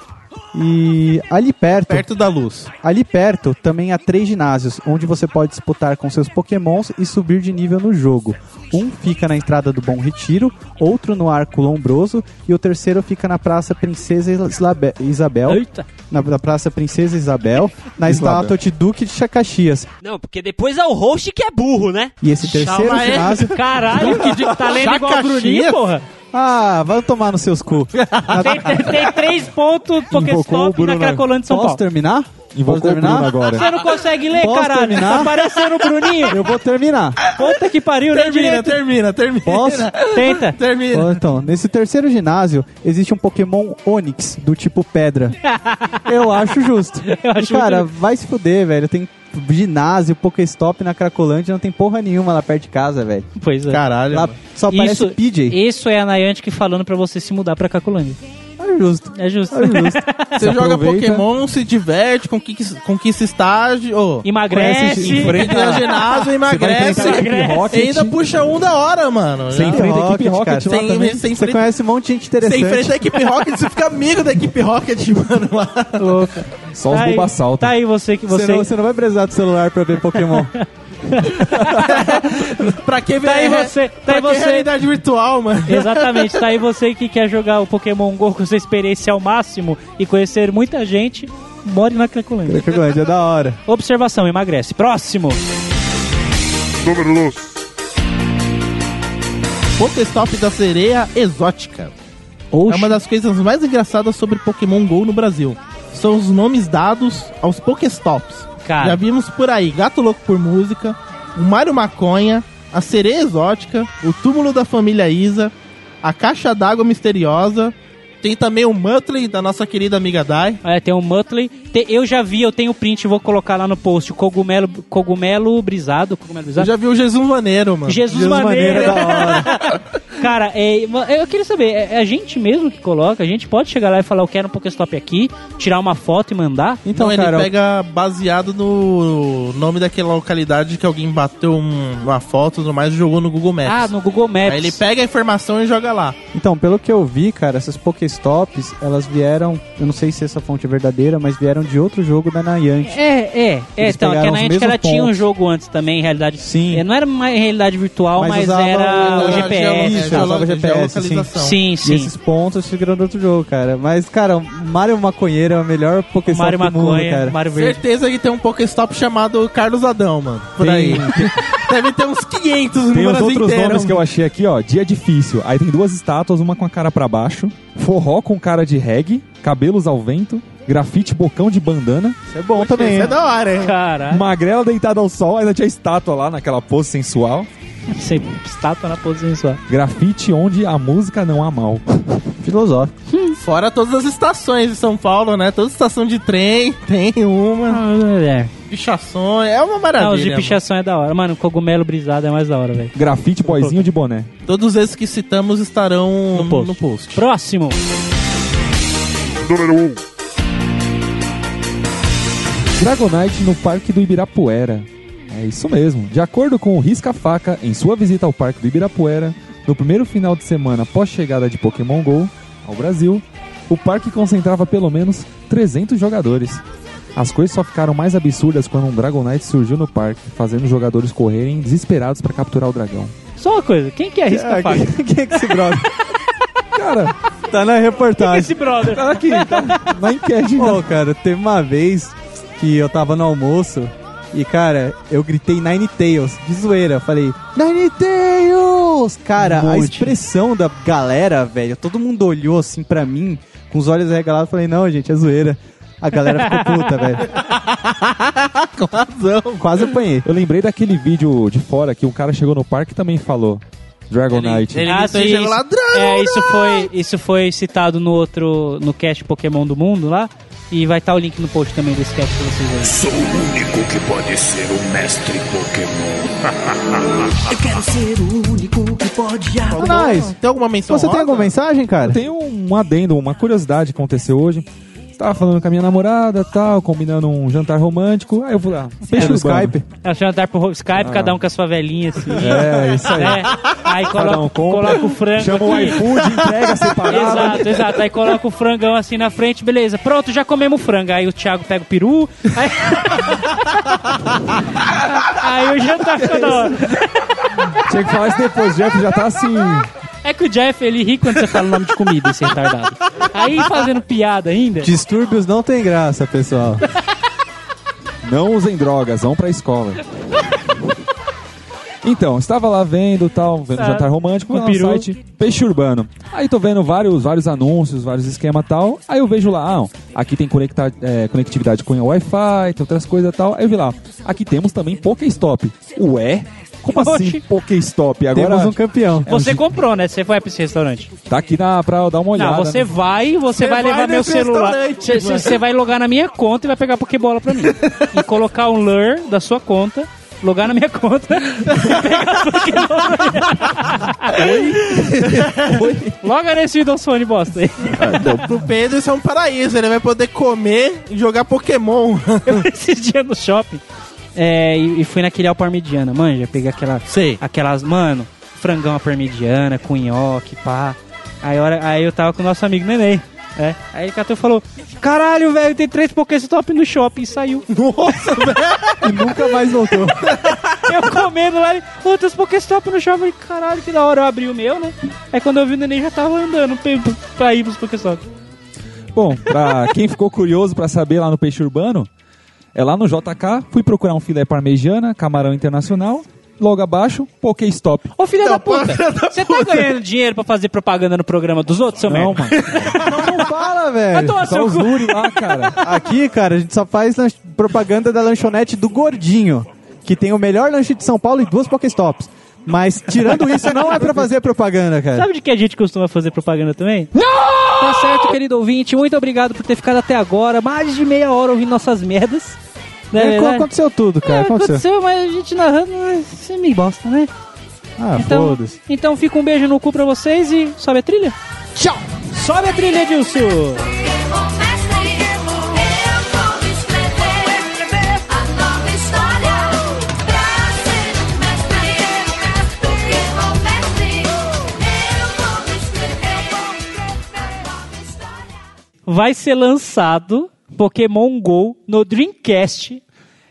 S6: E ali perto,
S7: Perto da luz.
S6: ali perto também há três ginásios, onde você pode disputar com seus pokémons e subir de nível no jogo. Um fica na entrada do Bom Retiro, outro no Arco Lombroso e o terceiro fica na Praça Princesa Islabe- Isabel,
S1: Eita.
S6: na, na Praça Princesa Isabel, na estátua de Duque de Chacaxias.
S10: Não, porque depois é o host que é burro, né?
S6: E esse terceiro
S7: Chama ele.
S6: ginásio [laughs]
S1: Caralho, que de talento igual o Bruninho,
S7: Chacaxias.
S1: porra.
S6: Ah, vai tomar nos
S1: [laughs]
S6: seus cu.
S1: Tem, tem, tem três pontos
S5: Invocou o
S1: Pokéstop
S5: Bruno
S1: na
S5: na-
S1: Cracolândia de São
S6: Posso
S1: Paulo.
S6: terminar? Posso
S5: Invocou o Bruno
S6: terminar? [laughs]
S5: [laughs] agora.
S1: Você não consegue ler,
S6: Posso
S1: caralho.
S6: terminar?
S1: Tá parecendo o Bruninho.
S6: Eu vou terminar.
S1: Puta que pariu, né,
S7: Termina,
S1: direito?
S7: termina, termina.
S6: Posso?
S1: Tenta.
S7: Termina.
S6: Bom, então, nesse terceiro ginásio existe um Pokémon Onix do tipo pedra. Eu acho justo.
S1: Eu acho
S6: E, cara,
S1: muito
S6: vai se fuder, velho. Tem ginásio, Pokéstop na Cracolândia, não tem porra nenhuma lá perto de casa, velho.
S1: Pois é.
S7: Caralho.
S6: Lá
S7: mano.
S6: só parece
S1: Isso-
S6: PJ.
S1: Isso é a Niantic falando pra você se mudar pra Cracolândia.
S6: É justo.
S1: É justo.
S6: É justo.
S7: Você joga
S6: aproveita.
S7: Pokémon, se diverte, conquista, conquista estágio. ô,
S1: [laughs] Emagrece.
S5: Conhece- enfrenta-
S7: Entra no ginásio, emagrece.
S5: enfrentar a equipe
S7: E
S5: Rocket.
S7: ainda puxa um da hora, mano.
S5: Você
S7: Já-
S5: enfrenta a
S6: Rocket,
S5: equipe Rocket
S6: cara.
S5: lá
S7: Sem-
S5: também.
S7: sem
S6: Você
S7: frente-
S6: conhece um monte de gente
S7: Você
S6: interessante.
S7: enfrenta a equipe Rocket, você fica amigo da equipe Rocket, [laughs] mano. Lá.
S5: Só os
S1: Tá aí-
S5: boba saltam.
S1: Tá aí você que
S6: Você
S1: você.
S6: não, você não vai precisar do celular pra ver Pokémon.
S7: Pra que ver
S1: Tá aí você, tá aí
S7: pra que
S1: você.
S7: né? é realidade [laughs] virtual, mano?
S1: Exatamente, tá aí você que quer jogar o Pokémon GO com sua experiência ao máximo e conhecer muita gente, more na Cracolândia.
S6: Cracolândia é da hora.
S1: Observação, emagrece. Próximo.
S4: Número 2.
S7: Pokéstop da sereia exótica. É uma das coisas mais engraçadas sobre Pokémon GO no Brasil. São os nomes dados aos Pokéstops. Já
S1: Cara,
S7: vimos por aí Gato Louco por Música, o Mário Maconha, a Sereia Exótica, o Túmulo da Família Isa, a Caixa d'Água Misteriosa, tem também o Muttley da nossa querida amiga Dai.
S1: é, tem o Muttley. Te- eu já vi, eu tenho o print, vou colocar lá no post. o Cogumelo, cogumelo brisado. Cogumelo
S7: Eu
S1: brisado.
S7: já vi o Jesus Vaneiro, mano.
S1: Jesus,
S6: Jesus
S1: Maneiro.
S6: Maneiro é da hora.
S7: [laughs]
S1: Cara, é, ma- eu queria saber, é é a gente mesmo que coloca? A gente pode chegar lá e falar, eu quero um Pokéstop aqui, tirar uma foto e mandar?
S6: Então,
S7: Não, ele
S6: cara,
S7: pega baseado no nome daquela localidade que alguém bateu um- uma foto e tudo mais e jogou no Google Maps.
S1: Ah, no Google Maps.
S7: Aí ele pega a informação e joga lá.
S6: Então, pelo que eu vi, cara, essas Pokéstops, elas vieram, eu não sei se essa fonte é verdadeira, mas vieram de outro jogo da Niantic.
S1: É, é, é.
S6: Eles
S1: Então, a
S6: pegaram os
S1: Niantic ela
S6: mesmos
S1: tinha um
S6: pontos.
S1: jogo antes também, em realidade.
S6: Sim.
S1: É, não era mais realidade virtual,
S6: Mas
S1: mas,
S6: usava
S1: era
S6: o-
S1: o
S6: era
S1: GPS.
S6: geologista.
S7: geolo-
S6: usava GPS, sim.
S7: geolocalização.
S1: Sim,
S6: E
S1: sim.
S6: esses pontos ficaram de outro jogo, cara. Mas, cara, o Mario Maconheiro é o melhor
S1: O
S6: Pokéstop
S1: Mário
S6: do mundo,
S1: Maconha,
S6: cara.
S1: Mário Verde.
S7: Certeza que tem um Pokéstop chamado Carlos Adão, mano. Por
S6: Tem-
S7: aí. [laughs] Deve ter uns 500
S5: Tem os
S7: números
S5: outros
S7: inteiros.
S5: nomes que eu achei aqui, ó. Dia difícil. Aí tem duas estátuas, uma com a cara pra baixo, forró com cara de reggae, cabelos ao vento, grafite bocão de bandana,
S6: Isso é bom também,
S7: Isso é
S6: hein?
S7: da hora, hein?
S1: Caralho,
S5: magrela deitada ao sol, ainda tinha estátua lá naquela pose sensual.
S1: sem estátua na posição só.
S5: Grafite onde a música não há mal.
S6: Filosófico.
S7: Fora todas as estações de São Paulo, né? Toda estação de trem [laughs] tem uma.
S6: Ah, é.
S7: Pichações. É uma maravilha.
S1: Não, os de
S7: mano.
S1: pichação é da hora. Mano, cogumelo brisado é mais da hora, velho.
S5: Grafite boizinho de boné.
S7: Todos esses que citamos estarão
S1: No post.
S7: No post.
S1: Próximo.
S4: Número 1.
S5: Dragonite no Parque do Ibirapuera. É isso mesmo. De acordo com o Risca Faca, em sua visita ao Parque do Ibirapuera, no primeiro final de semana após chegada de Pokémon GO ao Brasil, o parque concentrava pelo menos 300 jogadores. As coisas só ficaram mais absurdas quando um Dragonite surgiu no parque, fazendo os jogadores correrem desesperados para capturar o dragão.
S1: Só uma coisa, quem que é risca faca?
S6: Quem é que se brother?
S5: Cara,
S6: tá na reportagem.
S1: Esse brother.
S5: tá aqui, tá [laughs] na enquete. né?
S6: então. Pô, cara, teve uma vez que eu tava no almoço e, cara, eu gritei Nine Tails, de zoeira. Eu falei, Nine Tails! Cara,
S1: Um
S6: a
S1: monte.
S6: expressão da galera, velho, todo mundo olhou assim pra mim, com os olhos arregalados, eu falei, não, gente, é zoeira. A galera
S5: [laughs]
S6: ficou puta, velho.
S7: Com razão.
S6: Quase apanhei.
S5: Eu lembrei daquele vídeo de fora que um cara chegou no parque e também falou Dragonite.
S10: Ele
S1: Ah,
S10: gritou,
S1: sim,
S10: ele chegou
S1: isso-
S10: lá,
S1: É, isso foi, isso foi citado no outro, no cast Pokémon do Mundo lá. E vai estar o link no post também desse cast pra vocês verem.
S4: Sou o único que pode ser o mestre Pokémon.
S6: Mas,
S7: Tem alguma menção
S6: você tem
S7: rosa?
S6: alguma mensagem, cara?
S5: Tem um adendo, uma curiosidade que aconteceu hoje. Tava falando com a minha namorada, tal, combinando um jantar romântico. Aí eu fui lá, peixe
S6: Peixe no
S5: urbano.
S6: Skype.
S1: Ela É, chama dar pro Skype, cada um com a sua velhinha assim.
S5: Ah. É, isso aí.
S1: É, aí coloca,
S5: um compra,
S1: coloca o frango
S5: Chama um o
S1: aqui.
S5: iFood, entrega separado.
S1: Exato, exato. Aí coloca o frangão assim na frente, beleza. Pronto, já comemos o frango. Aí o Thiago pega o peru. Aí, [laughs] aí o jantar fica da hora.
S5: Tinha que falar isso depois, Jeff já tá assim.
S1: É que o Jeff, ele ri quando você fala o nome de comida, esse retardado. Aí fazendo piada ainda.
S6: Distúrbios não tem graça, pessoal.
S5: Não usem drogas, vão pra escola. Então, estava lá vendo tal, vendo
S1: Certo.
S5: jantar romântico,
S1: Com
S5: lá
S1: peru.
S5: no site Peixe Urbano. Aí tô vendo vários, vários anúncios, vários esquemas tal. Aí eu vejo lá, ah, aqui tem conecta, é, conectividade com o Wi-Fi, tem outras coisas tal. Aí eu vi lá, aqui temos também Pokéstop. Ué?
S1: [laughs]
S5: Como assim
S1: Oxi.
S5: Pokéstop? Agora
S6: Temos um campeão.
S1: Você comprou, né? Você foi pra esse restaurante.
S5: tá aqui na, pra dar uma olhada.
S1: Não, você
S5: né?
S1: vai, você vai
S7: vai
S1: levar meu
S7: nesse
S1: celular.
S7: restaurante,
S1: Você-
S7: mano.
S1: Você vai logar na minha conta e vai pegar a Pokébola pra mim. e colocar um lure da sua conta, logar na minha conta [laughs] e pegar a Pokébola. Loga nesse Windows Phone, bosta aí. [laughs]
S7: Pro Pedro isso é um paraíso, ele vai poder comer e jogar Pokémon. [laughs]
S1: Eu fui esses dias no shopping é, e, e fui naquele ao parmigiana, manja, peguei aquela,
S7: Sei.
S1: aquelas, mano, frangão à parmigiana, com nhoque, pá. Aí, hora, aí eu tava com o nosso amigo Neném. É. Aí ele catou e falou: Caralho, velho, tem três Pokéstop no shopping e saiu. [laughs]
S7: Nossa,
S6: E nunca mais voltou.
S1: Eu comendo lá, ele, ô, tem uns Pokéstop no shopping. Eu falei, Caralho, que da hora. Eu abri o meu, né? Aí quando eu vi o Neném já tava andando pra, pra ir pros Pokéstop.
S5: Bom, pra quem ficou curioso pra saber lá no Peixe Urbano, é lá no JK, fui procurar um filé parmegiana, camarão internacional, logo abaixo, Pokéstop.
S1: Ô, filha da puta, você tá ganhando dinheiro pra fazer propaganda no programa dos outros, seu
S5: Não,
S1: merda?
S5: mano.
S6: [laughs] Não fala,
S1: Vai
S6: velho.
S1: tomar
S5: Só
S1: seu
S5: os
S1: cu.
S5: Luri lá, cara.
S6: Aqui, cara, a gente só faz lanch- propaganda da lanchonete do Gordinho, que tem o melhor lanche de São Paulo e duas Pokéstops. Mas tirando isso, não é pra fazer propaganda, cara.
S1: Sabe de que a gente costuma fazer propaganda também? Não! Tá certo, querido ouvinte. Muito obrigado por ter ficado até agora. Mais de meia hora ouvindo nossas merdas. Né,
S6: É,
S1: verdade?
S6: aconteceu tudo,
S1: É,
S6: cara. Aconteceu.
S1: aconteceu, mas a gente narrando, né, você me bosta, né?
S6: Ah,
S1: Então,
S6: foda-se.
S1: então fica um beijo no cu pra vocês e sobe a trilha. Tchau! Sobe a trilha, Edilson!
S8: Eu vou escrever a nova história pra ser um mestre. Pokémon mestre. Eu vou escrever a nova história.
S1: Vai ser lançado Pokémon GO no Dreamcast.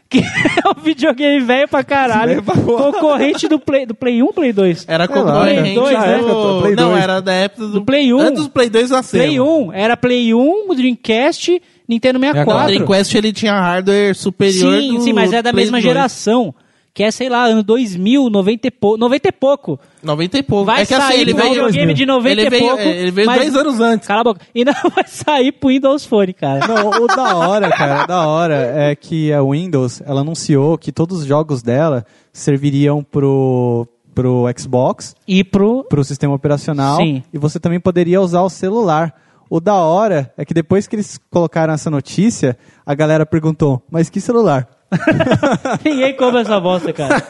S1: Que [laughs] é um videogame velho pra caralho. Concorrente do Play, do Play 1 Play 2?
S7: Era
S6: lá,
S7: concorrente
S1: Play dois, né?
S7: do...
S6: Play
S7: Não,
S6: dois.
S7: era da época do...
S1: Do Play um.
S7: Antes do Play um. 2 nascer.
S1: Play 1, era Play 1, o Dreamcast, Nintendo
S7: O
S1: 64.
S7: Dreamcast ele tinha hardware superior
S1: Sim,
S7: do
S1: sim, mas é da
S7: Play
S1: mesma
S7: 2.
S1: geração. Que é, sei lá, ano 2000, 90 e pouco. 90 e pouco.
S7: 90 e pouco.
S1: Vai
S7: é que
S1: sair
S7: assim, ele
S1: pro
S7: veio...
S1: videogame de 90
S7: ele
S1: e
S7: veio,
S1: pouco.
S7: é, Ele veio
S1: mas-
S7: 10 anos antes.
S1: Cala a boca. [laughs] E não vai sair pro Windows Phone, cara.
S6: Não, o da hora, cara, da hora é que a Windows, ela anunciou que todos os jogos dela serviriam pro pro Xbox,
S1: E pro... [laughs]
S6: pro sistema operacional
S1: Sim.
S6: e você também poderia usar o celular. O da hora é que depois que eles colocaram essa notícia, a galera perguntou: "Mas que celular?"
S1: Ninguém compra essa bosta, cara.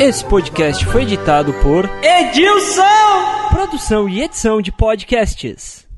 S10: Esse podcast foi editado por Edilson! Produção e edição de podcasts.